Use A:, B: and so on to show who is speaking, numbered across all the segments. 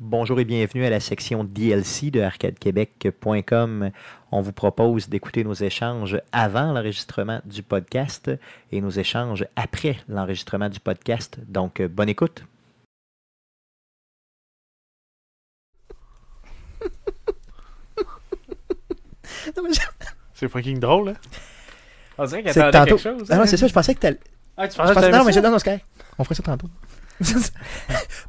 A: Bonjour et bienvenue à la section DLC de arcadequebec.com. On vous propose d'écouter nos échanges avant l'enregistrement du podcast et nos échanges après l'enregistrement du podcast. Donc, euh, bonne écoute.
B: C'est fucking drôle, hein? On dirait qu'elle
A: C'est
B: attendait
A: tantôt.
B: quelque chose.
A: Ah
B: hein?
A: non, c'est ça, je pensais que t'allais.
B: Ah, tu
A: Je
B: pensais que
A: pensais-
B: t'aimais
A: non, mais
B: ça?
A: c'est dans nos Sky. On fera ça tantôt.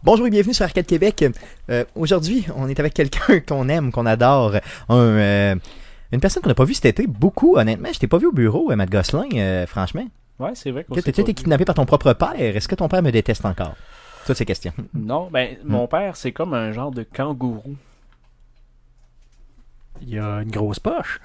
A: Bonjour et bienvenue sur Arcade Québec. Euh, Aujourd'hui, on est avec quelqu'un qu'on aime, qu'on adore. Un, euh, une personne qu'on n'a pas vue cet été beaucoup, honnêtement. Je t'ai pas vu au bureau, euh, Matt Gosselin, euh, franchement.
B: Ouais, c'est vrai qu'on
A: Tu
B: s'est
A: été
B: pas vu.
A: kidnappé par ton propre père. Est-ce que ton père me déteste encore Toutes ces questions.
B: Non, ben,
A: Hmm.
B: mon père, c'est comme un genre de kangourou.
C: Il a une grosse poche.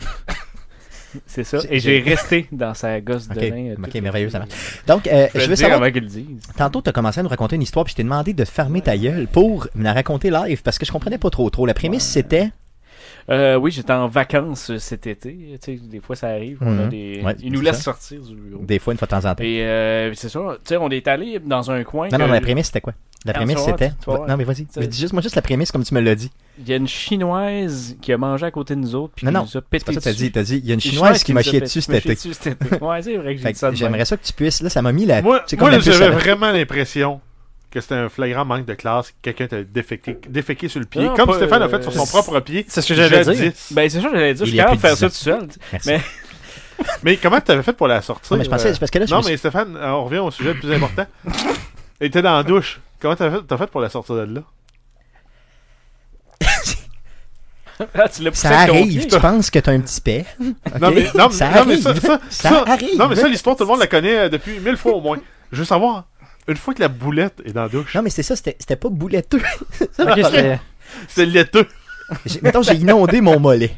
B: C'est ça.
A: J'ai-
B: Et j'ai resté dans sa gosse de
A: Ok,
B: lin. euh,
A: ok,
B: tout-
A: merveilleux, ça marche. Donc, euh,
B: Je,
A: je
B: veux
A: veux
B: dire
A: savoir.
B: avant qu'ils le disent.
A: Tantôt, tu as commencé à nous raconter une histoire, puis je t'ai demandé de fermer ta gueule pour me la raconter live, parce que je comprenais pas trop trop. La prémisse, c'était.
B: Euh, oui, j'étais en vacances euh, cet été. Tu sais, des fois, ça arrive. on a
A: Mhm.
B: des-
A: Ouais,
B: Ils nous
A: c'est
B: laissent
A: ça.
B: sortir du bureau.
A: Des fois, une fois de temps en temps.
B: Et euh, c'est ça. Tu sais, on est allé dans un coin.
A: Non, non,
B: que-
A: la prémisse, c'était quoi? La
B: Ah,
A: prémisse,
B: tu vas voir,
A: c'était.
B: tu vas voir.
A: Non, mais vas-y.
B: sais-
A: Dis juste, moi, juste la prémisse, comme tu me l'as dit.
B: Il y a une chinoise qui a mangé à côté de nous autres. Puis
A: Non,
B: qui
A: non,
B: nous a
A: C'est
B: pété
A: pas ça que t'as
B: dessus.
A: dit. T'as dit, il y a une
B: Une
A: chinoise qui m'a
B: nous a
A: chié
B: pété-
A: dessus
B: m'a
A: cet
B: chié
A: été.
B: dessus cet été. Ouais, c'est vrai que j'ai
A: Fait
B: dit ça.
A: que
B: de même.
A: J'aimerais ça que tu puisses. Là, ça m'a mis la.
D: Moi,
A: Euh, tu sais,
D: moi
A: comme la
D: là,
A: puce
D: j'avais
A: à la-
D: vraiment l'impression que c'était un flagrant manque de classe. Quelqu'un t'a déféqué, déféqué sur le pied,
B: Non,
D: comme
B: pas,
D: Stéphane
B: euh,
D: a fait sur son propre pied.
C: C'est ce que j'allais
D: jadis.
C: dire.
B: Ben, c'est ça, j'allais dire, je
A: Il
B: suis
A: y a
B: capable de
A: plus
B: faire
A: de
B: ça tout seul.
A: Merci.
B: Mais-
D: Mais comment tu avais fait pour la sortir
A: Non, mais je pensais,
D: euh,
A: c'est parce que là, je
D: Non,
A: me suis-
D: mais Stéphane, euh, on revient au sujet le plus important. Il était dans la douche. Comment t'as fait, t'as fait pour la sortir de là
B: Ah, tu l'as poussé
A: Ça
B: avec ton
A: arrive,
B: pied.
A: tu penses que t'as un petit paix.
D: Non, mais, non,
A: ça
D: non, mais
A: arrive.
D: ça, ça,
A: Ça
D: ça-
A: arrive.
D: Non, mais ça, l'histoire, tout le monde la connaît euh, depuis mille fois au moins. Je veux savoir, une fois que la boulette est dans la douche,
A: Non, mais c'est ça, c'était c'était pas bouletteux.
C: Ok, c'était-
D: c'est laiteux.
A: J'ai- Mettons, j'ai inondé mon mollet.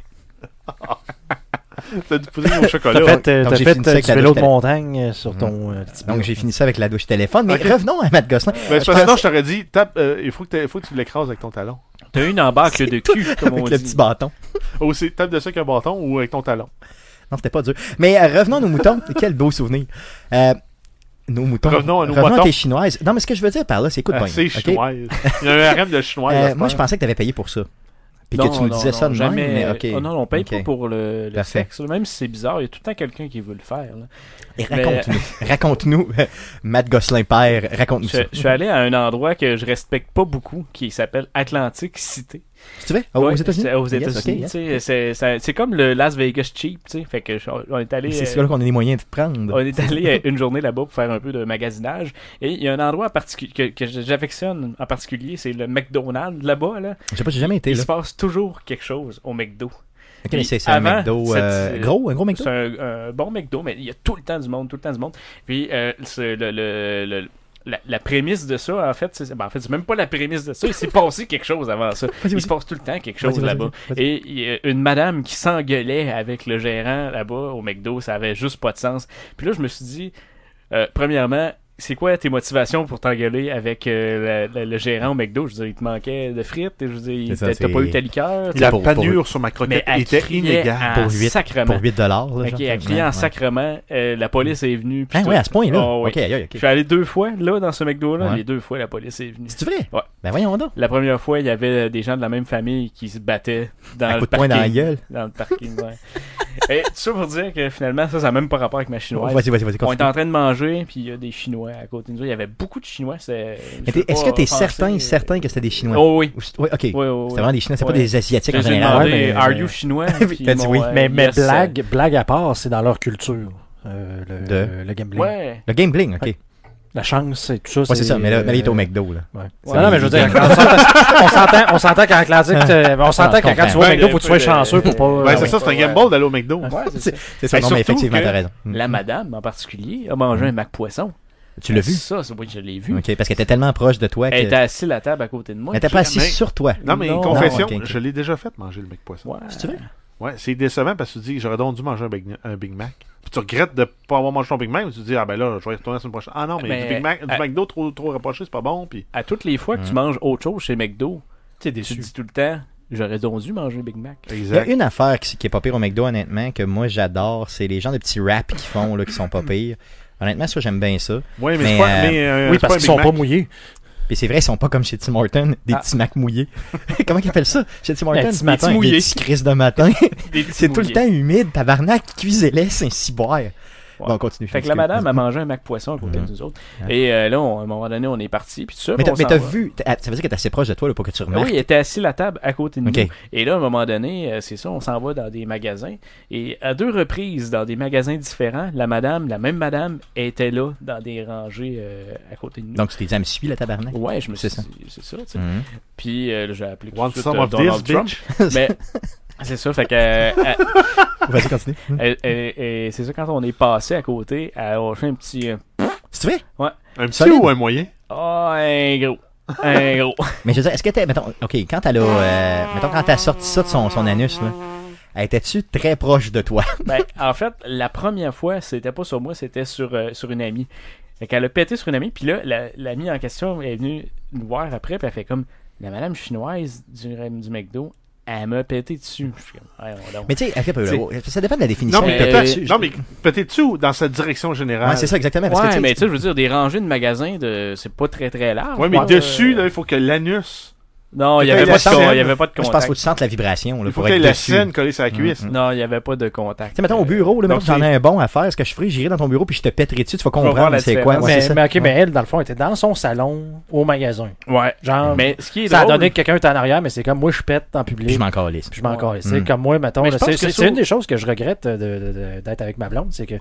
D: T'as du pudding au
C: T'as
D: chocolat.
C: fait, euh,
A: Donc,
C: t'as
A: j'ai
C: fait
A: fini ça
C: euh,
A: avec
C: du
A: la
C: vélo
A: douche,
C: de
A: t'as-
C: montagne euh, sur ton euh, petit
A: Donc,
C: vélo.
A: j'ai fini ça avec la douche téléphone. Mais
D: Ok.
A: revenons à Matt Gosselin.
D: Mais Ben, c'est parce
A: Je
D: que sinon, je t'aurais dit, tape, euh, il faut que, t'aies- faut que tu l'écrases avec ton talon.
B: T'as eu une embarque de cul, comme on
A: Avec le
B: dit.
A: petit bâton.
D: Ou c'est tape dessus avec un bâton ou avec ton talon.
A: Non, c'était pas dur. Mais euh, revenons à nos moutons. Quel beau souvenir. Euh, nos moutons.
D: Revenons à nos
A: revenons
D: moutons.
A: tes chinoises. Non, mais ce que je veux dire par là, c'est écoute
D: Ah,
B: Euh,
A: bien.
D: c'est
A: ok?
D: chinois. Il y a un RM de chinois.
A: Euh,
D: là,
A: moi, je
D: j'espère.
A: pensais que t'avais payé pour ça. Puis
B: Non,
A: que tu nous
B: non,
A: disais ça
B: non,
A: de
B: jamais.
A: même. Mais, ok.
B: Oh non, on paye
A: Ok.
B: pas pour le, le
A: Parfait.
B: sexe. là. Même si c'est bizarre, il y a tout le temps quelqu'un qui veut le faire. là.
A: Et raconte-nous. Raconte-nous, euh, Matt Gosselin père, raconte-nous
B: Je,
A: ça.
B: je suis allé à un endroit que je respecte pas beaucoup, qui s'appelle Atlantic City.
A: Si tu veux, Ah, aux
B: Ouais,
A: États-Unis.
B: c'est- Aux
A: Yes, ok,
B: États-Unis,
A: yes.
B: tu sais, c'est- ça- C'est comme le Las Vegas cheap, tu sais. Fait que je- on est allé.
A: C'est ce
B: euh,
A: là qu'on a les moyens de
B: On
A: prendre.
B: est allé euh, une journée là-bas pour faire un peu de magasinage. Et il y a un endroit en particu- que, que j'affectionne en particulier, c'est le McDonald's là-bas. Là.
A: Je sais pas, j'ai jamais été
B: Il
A: là.
B: se passe toujours quelque chose au McDo.
A: Ok, mais c'est c'est un
B: avant,
A: McDo euh,
B: cette-
A: gros, un gros McDo.
B: C'est un, un bon McDo, mais il y a tout le temps du monde, tout le temps du monde. Puis euh, c'est le- le- le- la, la prémisse de ça, en fait, c'est ben, en fait, c'est même pas la prémisse de ça. Il s'est passé quelque chose avant ça.
A: Vas-y,
B: Il
A: vas-y.
B: se passe tout le temps quelque
A: Vas-y,
B: chose
A: vas-y,
B: là-bas.
A: vas-y.
B: Et il y a une madame qui s'engueulait avec le gérant là-bas au McDo, ça avait juste pas de sens. Puis là, je me suis dit, euh, premièrement, c'est quoi tes motivations pour t'engueuler avec euh, la- la- le gérant au McDo? Je veux dire, il te manquait de frites, je veux dire, il-
A: C'est ça,
B: t'as t'as pas
A: c'est-
B: eu ta liqueur.
A: Il a-
D: La
A: pour-
D: panure sur ma
B: Mais
D: croquette
B: elle
D: était
B: criait
D: inégale.
B: en
A: Pour huit-
B: sacrement.
A: Pour 8 dollars. là,
B: Ok,
A: genre,
B: elle criait
A: ouais,
B: en
A: ouais.
B: sacrement, euh, la police est venue. puis
A: Ah
B: tout.
A: ouais, à ce point-là.
B: Ah oui.
A: Ok, aïe, aïe,
B: Je
A: ok.
B: suis allé deux fois là dans ce McDo-là.
A: Ouais.
B: Les deux fois, la police est venue.
A: C'est vrai?
B: Ouais.
A: Ben voyons donc.
B: La première fois, il y avait euh, des gens de la même famille qui se battaient dans
A: Un
B: le
A: coup de poing
B: parking.
A: dans la gueule.
B: Dans le parking, ouais. Et tout ça pour dire que finalement, ça, ça n'a même pas rapport avec ma chinoise.
A: Vas-y, vas-y, vas-y.
B: On
A: continue.
B: était en train de manger, puis il y a des Chinois à côté de nous. Il y avait beaucoup de Chinois. c'est-
A: Mais
B: je veux
A: t'es- Est-ce
B: pas
A: que t'es
B: offenser-
A: certain, certain que c'était des Chinois?
B: Oh oui.
A: Ou c'est- ouais, ok.
B: Oui, oui, oui.
A: C'était vraiment des Chinois, c'est pas
B: Ouais.
A: des Asiatiques
B: Je
A: en
B: les ai
A: général.
B: demandé,
A: mais- euh,
B: Are you chinois? Puis
A: T'as
B: ils
A: dit
B: m'ont,
A: oui.
B: euh,
C: Mais, mais
B: yes, euh,
C: blague, blague à part, c'est dans leur culture. euh, le,
A: De?
C: le gambling.
B: Ouais.
A: Le game bling, ok. Ouais,
C: La chance, et tout ça.
A: c'est ça, mais là, mais là, il est au
C: euh,
A: McDo, là.
C: ouais.
A: C'est
C: Non, non, mais je veux
A: le
C: dire,
A: gambling.
C: on s'entend- on s'entend- on s'entend qu'en Atlantique, t'es- on s'entend
A: je
C: que quand tu vas au
D: comprends.
C: McDo, faut que tu sois
B: Ouais,
C: chanceux pour pas.
D: Ben,
C: Ah
D: c'est
C: ouais.
D: ça, c'est un
B: Ouais.
D: game ball d'aller au McDo.
B: Ouais, c'est ça.
A: C'est ça,
B: Et
A: non, mais
B: ben, surtout
A: effectivement,
B: que
A: t'as raison. Mm.
B: La madame, en particulier, a mangé un mac poisson.
A: Mhm.
B: Ben,
A: Tu l'as vu?
B: Ça, c'est- oui, je l'ai vu.
A: Ok, parce qu'elle était tellement proche de toi
B: Elle
A: qu'elle
B: était assise à la table à côté de moi.
A: n'était pas assise
D: mais-
A: sur toi.
D: Non, mais
B: Non.
D: confession,
A: Non, ok, ok.
D: je l'ai déjà fait manger le McPoisson.
B: Ouais.
A: C'est vrai?
D: Ouais, c'est décevant parce que tu dis, j'aurais donc dû manger un Big, un Big Mac. Puis tu regrettes de pas avoir mangé ton Big Mac, mais tu te dis, ah ben là, je vais y retourner la semaine prochaine. Ah non, mais,
B: Mais- euh,
D: du Big Mac, du
B: à-
D: McDo trop, trop rapproché, c'est pas bon. Puis
B: À toutes les fois que tu manges autre chose chez McDo,
C: T'es
B: tu te
C: déçu.
B: dis tout le temps, j'aurais donc dû manger un Big Mac.
A: Il y a
D: exact.
A: une affaire qui, qui est pas pire au McDo, honnêtement, que moi j'adore, c'est les gens de petits raps qu'ils font, là, qui sont pas pires. Honnêtement, ça, j'aime bien ça.
D: Ouais, mais,
A: Mais,
D: c'est pas,
A: euh,
D: mais, euh,
C: Oui,
D: c'est
C: parce
D: pas un
C: qu'ils sont
D: Big
C: pas
D: Mac.
C: mouillés.
A: Puis c'est vrai, ils sont pas comme chez Tim Horton, des
B: Ah.
A: petits macs mouillés. Comment ils appellent ça chez Tim Horton?
B: petits
A: Des
B: matins.
A: petits
B: mouillés.
A: Des petits crises de matin.
B: Des petits
A: c'est tout le
B: mouillés.
A: temps humide, tabarnak, cuisez-les, c'est un ciboire. Bon, on continue.
B: Fait que la madame a mangé un mac poisson à côté de
A: Mhm.
B: nous autres.
A: Ouais.
B: Et euh, là, on- à un moment donné, on est parti. Puis tout ça,
A: Mais
B: puis
A: t'as
B: on
A: mais
B: s'en
A: t'as
B: va.
A: vu, t'as- ah, ça veut dire que t'es assez proche de toi là, pour que tu
B: Ah
A: remarques.
B: Oui, il était assis à la table à côté de nous.
A: Ok.
B: Et là, à un moment donné, euh, c'est ça, on s'en va dans des magasins. Et à deux reprises, dans des magasins différents, la madame, la même madame, était là dans des rangées euh, à côté de nous.
A: Donc tu t'es dit, ah, me suis la tabarnak.
B: ouais, je me suis
A: c'est ça.
B: dit, c'est ça, tu sais.
A: Mhm.
B: Puis euh, là, j'ai appelé tout de
D: Want
B: suite
D: some
B: euh,
D: of this,
B: Donald Trump.
D: bitch?
B: Mais c'est ça, fait que. euh, à-
A: Vas-y, continue. Mhm.
B: euh, euh, euh, c'est ça, quand on est passé à côté, euh, on fait un petit. euh,
A: C'est vrai?
D: Un petit
A: Solide.
D: ou un moyen?
B: Ah, un gros. Un gros.
A: Mais je veux dire, est-ce que t'es, mettons, ok, quand elle a, euh, mettons, quand t'as sorti ça de son, son anus, là, elle était-tu très proche de toi?
B: Ben, en fait, la première fois, c'était pas sur moi, c'était sur, euh, sur une amie. Fait qu'elle a pété sur une amie, puis là, la- l'amie en question est venue nous voir après, puis elle fait comme la madame chinoise du, du McDo, elle m'a pété dessus. Je suis comme, Ouais, on l'a-
A: Mais tu sais, ok, peu, là, ça dépend de la définition.
D: Non, mais
B: Euh,
D: peut-être.
B: je-
D: Non, mais peut-être ou dans sa direction générale?
A: Ouais, c'est ça, exactement. Parce que,
B: Ouais,
A: tu sais,
B: mais tu sais, je veux dire, des rangées de magasins, de... c'est pas très très large.
D: Ouais, mais
B: Ouais.
D: dessus, là, il faut que l'anus.
B: Non, il n'y
D: Peut-être
B: avait, pas
D: la
B: de con-
D: scène.
B: il y avait pas de
A: Moi, je pense qu'il
B: contact.
A: faut que tu sentes la vibration. Là,
D: Il faut
A: pour
D: que
A: être
D: la
A: dessus.
D: scène collée sur la cuisse.
B: Non, il n'y avait pas de contact.
A: Tu sais, mettons, au bureau, là, mettons,
D: Donc,
A: j'en
D: c'est-
A: ai un bon à faire. Ce que je ferais, j'irai dans ton bureau puis je te pèterai dessus. Tu vas
B: voir la
A: comprendre c'est quoi.
B: différence.
A: ouais,
C: mais,
A: c'est ça.
C: mais ok, ben,
A: Ouais.
C: mais elle, dans le fond, était dans son salon, au magasin.
B: Euh, Ouais.
C: Genre,
B: Mais ce qui est
C: ça a
B: drôle-
C: donné que quelqu'un était en arrière, mais c'est comme moi, je pète en
A: Puis
C: public.
A: je m'en calisse.
C: Puis je m'en
B: Ouais.
C: calisse. C'est
A: Mm.
C: Comme moi, mettons,
B: Mais je
C: c'est,
B: pense que
C: c'est-
B: sur-
C: c'est une des choses que je regrette de- de- de- d'être avec ma blonde, c'est que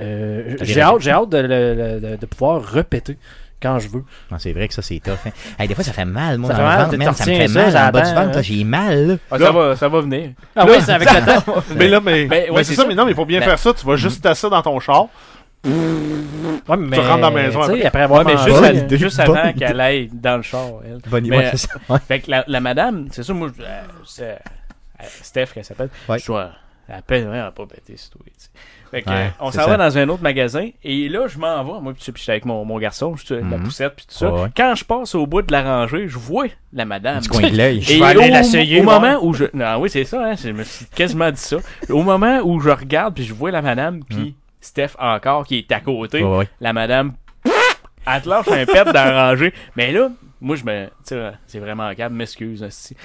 C: euh,
A: T'as des
C: j'ai,
A: raisons.
C: hâte, j'ai hâte de, le- le- de- de pouvoir répéter quand je veux.
A: Non, c'est vrai que ça, c'est tough. hein. Hey, des fois, ça fait mal, moi,
C: Ça
A: dans
C: fait
A: le
C: mal,
A: ventre,
C: t'es
A: man, Ça me
C: tortillé,
A: fait
C: ça,
A: mal, en bas du
C: j'entends,
A: ventre. là,
C: hein.
A: J'ai mal, là.
B: Ah,
D: Là-
B: ça, va, ça va venir.
C: Ah oui, c'est avec le temps.
D: Mais là, mais,
B: Ben, ouais,
D: mais
B: c'est
D: c'est ça,
B: ça.
D: mais non, mais pour bien
B: Ben-
D: faire ça, tu vas juste tasser dans ton char.
C: Ouais, mais,
D: rentres dans la maison
C: tu sais,
D: après.
C: après avoir
B: Ah, Ouais, mais
C: mangé,
B: juste,
A: bonne
B: à-
A: idée,
B: juste
A: bonne
B: avant
A: idée.
B: qu'elle aille dans le char, elle.
A: Bonne
B: Mais-
A: ouais, c'est ça. Ouais.
B: Fait que la, la madame, c'est sûr, moi, je- euh, c'est, euh, Steph, qu'elle s'appelle.
A: Ouais.
B: Je dois. Elle appelle, ouais, elle a pas bêté, c'est tout. tu sais. Fait que,
A: Ouais,
B: euh, on
A: c'est
B: s'en
A: ça.
B: va dans un autre magasin, et là, je m'en vais. Moi, puis puis j'étais avec mon, mon garçon, je suis avec la
A: Mhm.
B: poussette, puis tout ça.
A: Ouais, ouais.
B: Quand je passe au bout de la rangée, je vois la madame.
A: Du coin de l'œil.
C: Je vais aller l'essayer,
B: au, au
C: ouais.
B: moment où je. Non, oui, c'est ça, hein, je me suis quasiment dit ça. Au moment où je regarde, puis je vois la madame, puis
A: Mhm.
B: Steph encore, qui est à côté
A: Ouais, ouais.
B: la madame, elle te lâche un pet dans la rangée. Mais là, moi, je me. Tu sais, c'est vraiment calme, m'excuse. hostie.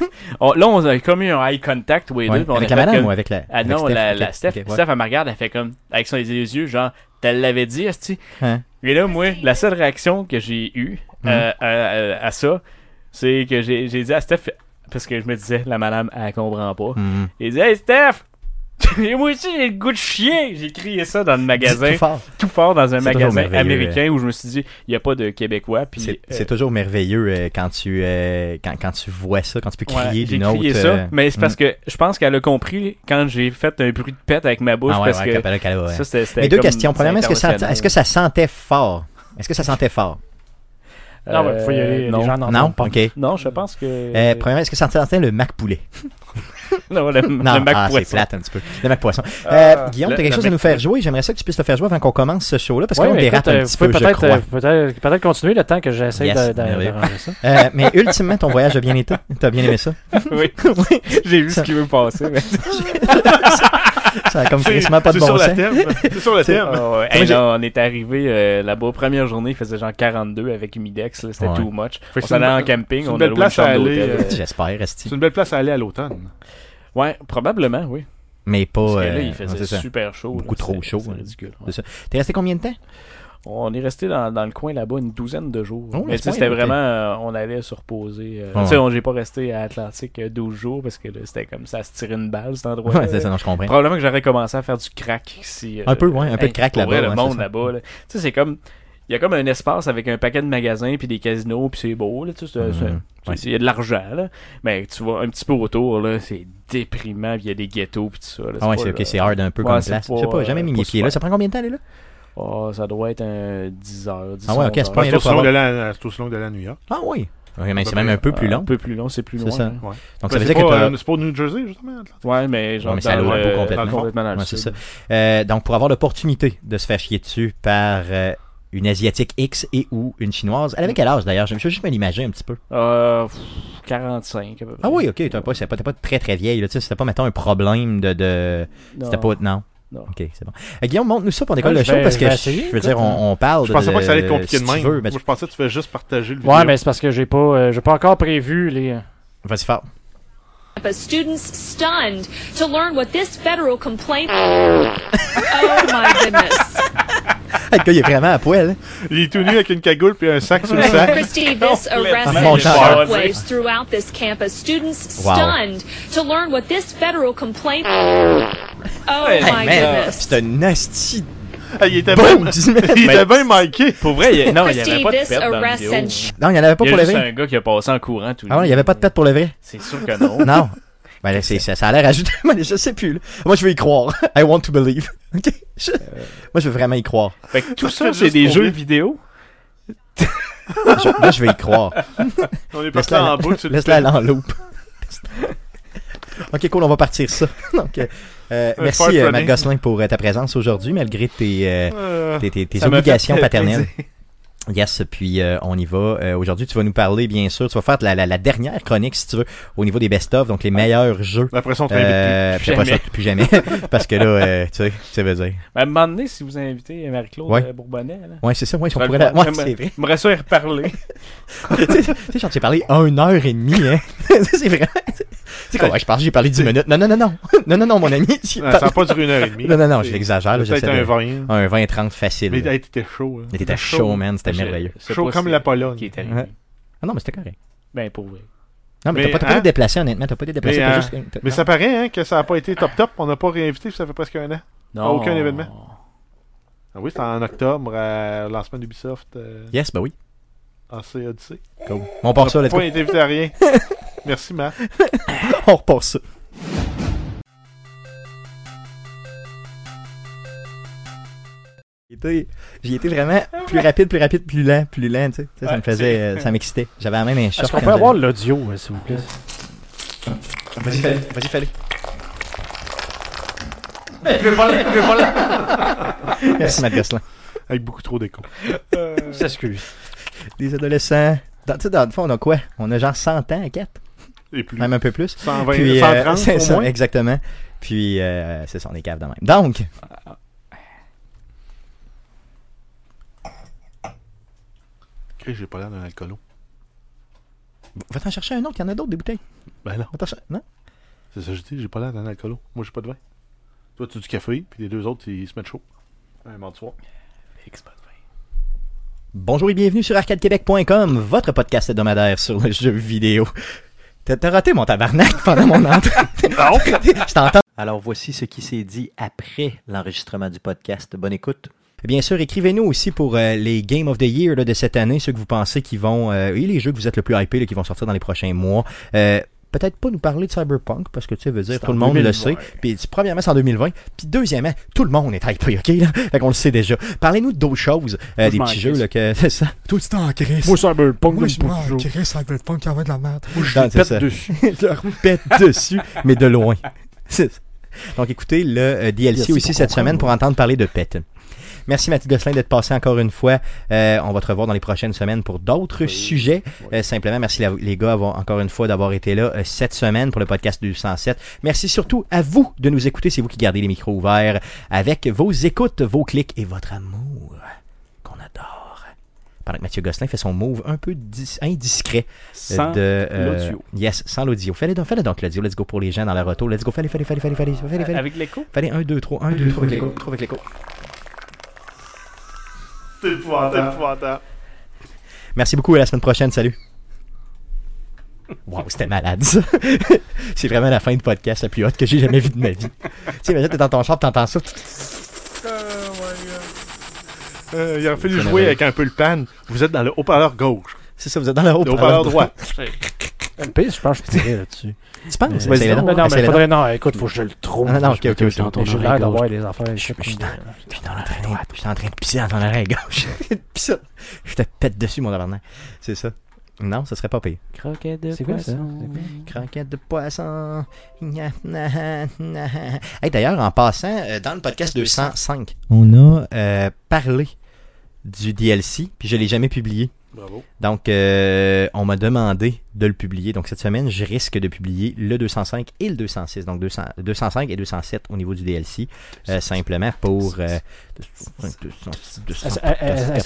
B: On- là, on a commis un eye contact, tous les
A: Ouais.
B: deux. puis on
A: Avec
B: a
A: la
B: fait
A: madame
B: comme-
A: ou avec la.
B: Ah
A: avec
B: non, la, la
A: Ok,
B: Steph,
A: ok, ouais.
B: Steph, elle me regarde, elle fait comme. Avec son les yeux, genre, tu l'avais dit, Esti.
A: Hein. Mhm.
B: Et là, moi, la seule réaction que j'ai eue euh, à, à- à ça, c'est que j'ai j'ai dit à Steph, parce que je me disais, la madame, elle comprend pas.
A: Mhm.
B: J'ai dit, hey Steph! Et moi aussi, j'ai le goût de chier! J'ai crié ça dans le magasin euh,
A: Tout fort.
B: tout fort dans un
A: C'est toujours
B: magasin
A: merveilleux, hein.
B: américain où je me suis dit, il n'y a pas de Québécois. Puis,
A: C'est
B: euh,
A: c'est toujours merveilleux euh, quand, tu, euh, quand, quand tu vois ça, quand tu peux
B: ouais,
A: crier
B: j'ai
A: d'une
B: crié
A: autre.
B: ça,
A: euh,
B: mais c'est parce que je pense qu'elle a compris quand j'ai fait un bruit de pète avec ma bouche.
A: Ah ouais,
B: parce
A: ouais,
B: que
A: Capella Cala, ouais.
B: ça, c'était- c'était
A: Mais deux
B: comme-
A: questions. Premièrement, est-ce que, ça,
B: international.
A: est-ce que ça sentait fort? Est-ce que ça sentait fort?
C: non, ouais, faut y
B: Euh,
C: aller.
B: non.
C: les gens n'en
A: non?
C: parlent pas.
A: OK. Euh,
B: Non, je pense que.
A: premièrement, est-ce que ça sentait le mac poulet?
B: non, le,
A: Non,
B: le Mac
A: ah, c'est
B: Poisson.
A: plate un petit peu. Le mac poisson. Euh,
B: Ah,
A: Guillaume,
B: le-
A: t'as quelque
B: le
A: chose à
B: Mac
A: nous faire jouer? J'aimerais ça que tu puisses le faire jouer avant qu'on commence ce show-là, parce
C: Ouais,
A: qu'on
C: mais
A: dérape
C: écoute,
A: un
C: euh,
A: petit
C: vous
A: peu,
C: pouvez
A: je
C: peut-être,
A: crois.
C: euh, peut-être, peut-être continuer le temps que j'essaie
A: Yes,
C: de- de-
A: merveilleux.
C: de ranger ça.
A: Euh, mais ultimement, ton voyage a bien été. T'as bien aimé ça?
B: oui, j'ai vu ce qui veut passer. mais-
A: Ça a comme
D: C'est
A: quasiment pas de
D: c'est
A: bon
D: sur la
A: sens.
D: thème. C'est sur le
A: C'est-
D: thème.
B: Ah ouais.
A: Moi,
B: Hey,
A: j'ai-
B: non, on est arrivé euh, là-bas, première journée, il faisait genre 42 avec Humidex, là, c'était
A: Ouais.
B: too much.
D: Fait que c'est
B: on s'en allait
D: une-
B: en camping,
D: c'est une
B: on a
D: belle
B: loué une
D: place
B: chambre
D: à aller,
B: d'hôtel.
D: euh,
A: J'espère,
D: C'est
A: Esti.
D: une belle place à aller à l'automne.
B: Ouais, probablement, oui.
A: Mais pas.
B: Parce que là,
A: euh,
B: il
A: non,
B: faisait
A: c'est ça.
B: super chaud.
A: Beaucoup
B: là,
A: trop
B: c'est-
A: chaud,
B: C'est
A: hein.
B: ridicule. ouais.
A: C'est ça. T'es resté combien de temps?
B: On est resté dans, dans le coin là-bas une douzaine de jours.
A: Oh,
B: Mais
A: à
B: tu
A: ce
B: sais, c'était
A: point, ok.
B: vraiment. euh, on allait se reposer. euh,
A: Ouais.
B: Tu sais, on- j'ai pas resté à Atlantique euh, 12 jours parce que là, c'était comme ça, se tirer une balle, cet endroit-là.
A: Ouais, c'est ça, non, je comprends.
B: Probablement que j'aurais commencé à faire du crack euh, ici.
A: Un peu, ouais, un peu de crack là-bas,
B: le
A: ouais, c'est
B: monde
A: ça.
B: là-bas. là. Tu sais, c'est comme. Il y a comme un espace avec un paquet de magasins puis des casinos puis c'est beau là, tu sais, c'est- c'est-
A: Mhm.
B: tu sais, il y a de l'argent là, mais tu vois un petit peu autour là, c'est déprimant, puis il y a des ghettos puis tout ça. là,
A: Ah ouais,
B: pas,
A: c'est
B: là-
A: ok, c'est hard un peu
B: Ouais,
A: comme
B: c'est
A: place.
B: pas,
A: Je sais pas, jamais
B: euh,
A: mis
B: pas
A: mes pieds là.
B: super.
A: Ça prend combien de temps, aller là?
B: Oh, ça doit être un 10 heures. 10
A: Ah ouais, ok, à ce
B: 11 heures.
A: point,
D: C'est
A: là,
D: aussi
A: pour
D: long
A: avoir-
D: de la- c'est aussi long de la New York.
A: Ah oui. Ouais, mais c'est même un peu plus
B: Euh, Un
A: long.
B: peu plus long, c'est plus
A: C'est
B: loin.
A: ça.
B: hein.
A: Donc ça veut
D: Mais C'est
A: dire que
D: pas,
A: t'as-
D: euh, c'est pas au New Jersey, justement.
B: Ouais, mais genre
A: Ouais, mais
B: dans
A: ça loin
B: le-
A: pas complètement.
B: dans le- euh, complètement dans le
A: Ouais,
B: sud.
A: c'est ça. Euh, donc, pour avoir l'opportunité de se faire chier dessus par euh, une Asiatique X et ou une Chinoise. Elle avait quel âge d'ailleurs Je je veux juste me l'imager un petit peu.
B: Euh, pff, 45 à peu près.
A: Ah oui, ok, t'as pas, c'était pas, t'es pas très très vieille. là, tu sais, C'était pas, mettons, un problème de. de-
B: Non.
A: C'était pas. Non.
B: Non.
A: Ok, c'est bon. Euh, Guillaume, montre-nous ça pour on décolle
C: Ouais,
A: le
C: je
A: show
D: ben,
C: vais-
A: parce
C: je
A: que
C: vais
A: je,
C: essayer,
A: je veux
C: écoute.
A: dire, on, on parle.
D: Je pensais pas que ça allait être
A: de-
D: compliqué
A: si
D: de même.
A: tu veux, ben,
D: Moi, je pensais que tu fais juste partager le vidéo.
C: Ouais, mais c'est parce que j'ai pas, euh, j'ai pas encore prévu les. euh,
A: Vas-y, fort.
E: campus, students stunned to learn what this federal complaint. oh my goodness.
A: Ah, Le gars, il est vraiment à poil. hein.
D: Il est tout nu avec une cagoule puis un sac sur le sac.
E: Christie, this arrest
A: Come on,
E: sent
A: Charlotte.
E: shockwaves throughout this campus. Students
A: Wow.
E: stunned to learn what this federal complaint. Oh
B: Hey,
E: my
A: Man,
E: goodness.
A: c'est un nasty
D: Ah, il était bien,
A: boom, dis-moi.
D: il était bien miké.
B: Pour vrai, il y a- non, il n'y avait
E: Christie,
B: pas de
E: this
B: pète dans la
E: arrest
B: vidéo.
E: sent
B: Il
A: Non, il n'y en avait pas
B: y
A: pour
B: a
A: le
B: juste
A: vrai.
B: un gars qui a passé en courant tout
A: Ah ouais, il n'y avait pas de pète pour le vrai.
B: C'est sûr que non.
A: Non. Ben là, c'est, ça, ça a l'air ajouté. Moi, je sais plus. là. Moi, je veux y croire. I want to believe. OK? Je-
D: Euh.
A: Moi, je veux vraiment y croire.
B: Fait que tout
D: Ça fait
B: ça, c'est
D: juste
B: des
D: combien?
B: jeux vidéo.
A: Je- Moi, je veux y croire.
D: On est passé
A: Laisse-la
D: en
A: aller.
D: boucle. sur le-
A: Laisse-la aller en loop. OK, cool, on va partir ça. Donc, euh, euh,
D: Un fart
A: merci, euh, Matt
D: running.
A: Gosselin, pour euh, ta présence aujourd'hui, malgré tes, euh,
D: Euh,
A: tes, tes- tes
B: Ça m'a fait
A: obligations
B: très
A: paternelles. Yes, puis euh, on y va. Euh, Aujourd'hui, tu vas nous parler, bien sûr. Tu vas faire la, la- la dernière chronique, si tu veux, au niveau des best-of, donc les meilleurs jeux.
D: Après ça, on te réinvite
A: Euh,
B: plus.
A: puis après ça, plus jamais. Parce que là, euh, tu sais, ça veut dire.
B: À un moment donné, si vous invitez Marie-Claude
A: Ouais.
B: euh, Bourbonnais, là.
A: Ouais, c'est ça. Moi, ils sont
B: Dans le
A: pour la...
B: fond,
A: Ouais,
B: j'aime-
A: c'est vrai.
B: J'aimerais ça y reparler.
A: tu sais, tu sais, genre, j'ai parlé une heure et demie, hein. c'est vrai. Tu sais quoi, ouais, je parle, j'ai parlé dix minutes. Non, non, non, non. Non, non, non, mon ami. tu
D: Ouais,
A: parles-
D: Ça n'a pas duré une heure et demie.
A: Non, non, non, je
D: C'est-
A: l'exagère, là,
D: c'est Peut-être
A: j'essaie
D: un
A: de-
D: vain.
A: Un 20-30 facile.
D: Mais
A: là.
D: hey, t'étais chaud. hein.
A: Mais t'étais chaud, man. C'était
B: Je-
A: merveilleux.
B: je sais
D: Chaud
B: pas
D: comme
B: si-
A: euh,
D: la Pologne.
B: Qui est arrivé.
A: Ouais. Ah non, mais c'était correct.
B: Ben, pour vrai.
A: Non, mais,
D: Mais,
A: t'as pas, t'as pas
D: hein?
A: été déplacé, honnêtement. T'as pas été déplacé.
D: Mais,
A: t'as
D: euh,
A: juste... t'as-
D: Mais
A: non.
D: ça paraît hein, que ça n'a pas été top top. On n'a pas réinvité, puis ça fait presque un an.
B: Non.
D: Aucun événement? Ah oui, c'était en octobre, euh, lancement d'Ubisoft euh,
A: Yes, bah oui.
D: AC Odyssey.
A: Cool. On
D: On
A: part ça,
D: n'a
A: let's go.
D: pas été invité à rien. Merci, Matt.
A: On repart ça. J'y étais- J'y étais vraiment plus rapide, plus rapide, plus lent, plus lent, tu sais. Ça, ça
B: Ouais,
A: me faisait, euh, ça m'excitait. J'avais la main un short.
C: Est-ce qu'on
A: quand
C: peut avoir l'audio, euh, s'il vous plaît?
A: j'avais- Vas-y, fallait. Vas-y, fallait.
B: Je vais parler, je vais parler.
A: Merci, Matt Gosselin.
D: Avec beaucoup trop d'écho. Euh,
C: S'excuse.
A: Des adolescents. Dans, tu sais, dans le fond, on a quoi? On a genre 100 ans à 4,
D: Et plus.
A: même un peu plus.
D: 120,
A: Puis, euh,
D: 130
A: c'est
D: au
A: ça,
D: moins.
A: exactement. Puis, euh, c'est ça, on est cave de même. Donc,
D: Ok, J'ai pas l'air d'un alcoolo.
A: va t'en chercher un autre, il y en a d'autres, des bouteilles.
D: Ben non,
A: Va t'en cher- Non?
D: c'est ça que je dis, j'ai pas l'air d'un alcoolo. Moi, j'ai pas de vin. Toi, tu as du café, puis les deux autres, ils se mettent chaud. Un mardi soir.
A: Bonjour et bienvenue sur arcadequebec.com, votre podcast hebdomadaire sur le jeu vidéo. T'as t'as raté mon tabarnak pendant mon entrée.
C: Ah,
D: Non!
A: Je t'entends. Alors voici ce qui s'est dit après l'enregistrement du podcast. Bonne écoute. Bien sûr, écrivez-nous aussi pour euh, les Game of the Year là, de cette année, ceux que vous pensez qui vont... euh, et les jeux que vous êtes le plus hypé, là, qui vont sortir dans les prochains mois. Euh, Peut-être pas nous parler de Cyberpunk, parce que tu sais, veut dire,
C: C'est
A: tout le
C: en
A: monde le
C: 2020.
A: sait. Puis premièrement, c'est en 2020. Puis deuxièmement, tout le monde est hypé, OK? Là? Fait qu'on le sait déjà. Parlez-nous d'autres choses, euh,
B: Moi, je
A: des
B: m'en
A: petits jeux
B: crisse.
A: là, que... C'est ça.
F: Tout le temps en crise.
C: Moi, Cyberpunk,
F: Moi, je
C: j'aime pas
F: m'en
C: toujours.
F: crisse avec le punk qui envoie de la merde.
C: Moi, je
A: Non,
C: lui
A: c'est
C: pète
A: ça.
C: dessus.
A: Je leur pète dessus, mais de loin. C'est ça. Donc écoutez le euh, DLC aussi
C: Merci pour
A: cette
C: comprendre.
A: semaine pour entendre parler de pète. Merci Mathieu Gosselin d'être passé encore une fois. Euh, on va te revoir dans les prochaines semaines pour d'autres sujets. Euh, simplement, merci la- les gars avoir- encore une fois d'avoir été là euh, cette semaine pour le podcast 207. Merci surtout à vous de nous écouter. C'est vous qui gardez les micros ouverts avec vos écoutes, vos clics et votre amour qu'on adore. Pendant que Mathieu Gosselin fait son move un peu dis- indiscret
B: Sans
A: de, euh,
B: l'audio.
A: Yes, sans l'audio. Fais-le donc, fais-le donc l'audio. Let's go pour les gens dans la retour. Let's go, fais-le, fais-le, fais-le, fais-le, fais-le, fais-le, fais-le.
B: Avec l'écho?
A: Fallait 1, 2, 3, 1, 2, 3 avec l'écho, trois avec l'écho.
D: C'est épouvantable. C'est épouvantable.
A: Merci beaucoup et à la semaine prochaine, salut. Wow, c'était malade ça. C'est vraiment la fin de podcast la plus haute que j'ai jamais vue de ma vie. tu sais, imagine, t'es dans ton char, pis t'entends ça.
D: Oh my god. Euh, il aurait fallu
A: Ça
D: jouer
A: n'avait-
D: avec un peu le pan. Vous êtes dans le haut-parleur gauche.
A: C'est ça, vous êtes dans la haute.
D: Le haut-parleur droit.
C: Le pire, je pense que je pourrais là-dessus.
A: Tu penses?
C: Mais
A: Essaye-le
C: Ah, non,
A: donc,
C: mais non, mais
A: essaye-le donc.
C: faudrait. Non, écoute, faut que je le trouve.
A: Ah, non, non, ok,
C: Je
A: ok,
C: peux-
A: ok,
C: j'ai
A: dans ton
C: l'air
A: oreille
C: d'avoir des affaires.
A: Je- je-
C: comme-
A: J'étais dans l'oreille droite, j'étais en train de pisser dans ton oreille gauche. Pis ça, je te pète dessus, mon tabarnak. C'est ça. Non, ça serait pas pire.
B: Croquette de
C: C'est quoi, ça?
B: poisson.
A: Croquette de poisson. Gna, na, na. Hey, D'ailleurs, en passant, euh, dans le podcast 205, on a euh, parlé du DLC, puis je l'ai jamais publié.
D: Bravo.
A: Donc, euh, on m'a demandé de le publier. Donc, cette semaine, je risque de publier le 205 et le 206. Donc, 200 205 et 207 au niveau du DLC. euh, simplement pour. euh, 205, 206, 207.
C: euh,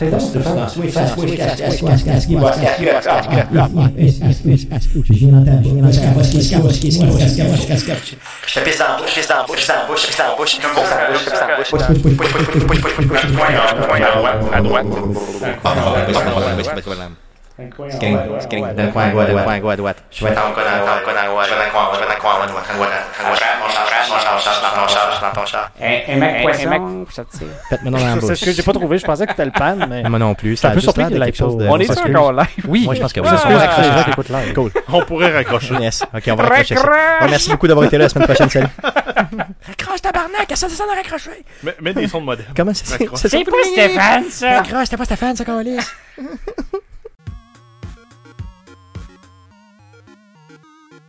G: Un, un Mac poisson, ça tire.
A: Faites-moi dans la
C: C'est
A: bouche.
C: ce que j'ai pas trouvé. Je pensais que c'était le pan, mais.
A: Moi non plus.
C: J'étais
A: Ça
C: un
A: a
C: peu
A: juste
C: surpris
A: l'air de
C: qu'il
A: quelque
C: l'ait
A: chose
C: pas.
A: de.
G: On
C: On
G: est
C: s'excuse.
G: encore live.
A: Oui. Moi, je pense que oui.
C: On s'excuse avec les gens qui écoutent live.
A: Cool.
D: On pourrait raccrocher.
A: Yes. Ok, on va raccrocher ça. Bon, merci beaucoup d'avoir été là la semaine prochaine. Salut.
F: Raccroche tabarnak, ça, ça, ça, raccrocher.
D: Mets, mets des sons de modèle.
A: Comment ça s'est- ça s'est
G: C'est pas Stéphane, ça.
F: Raccroche, t'es pas Stéphane, ça, qu'on lisse.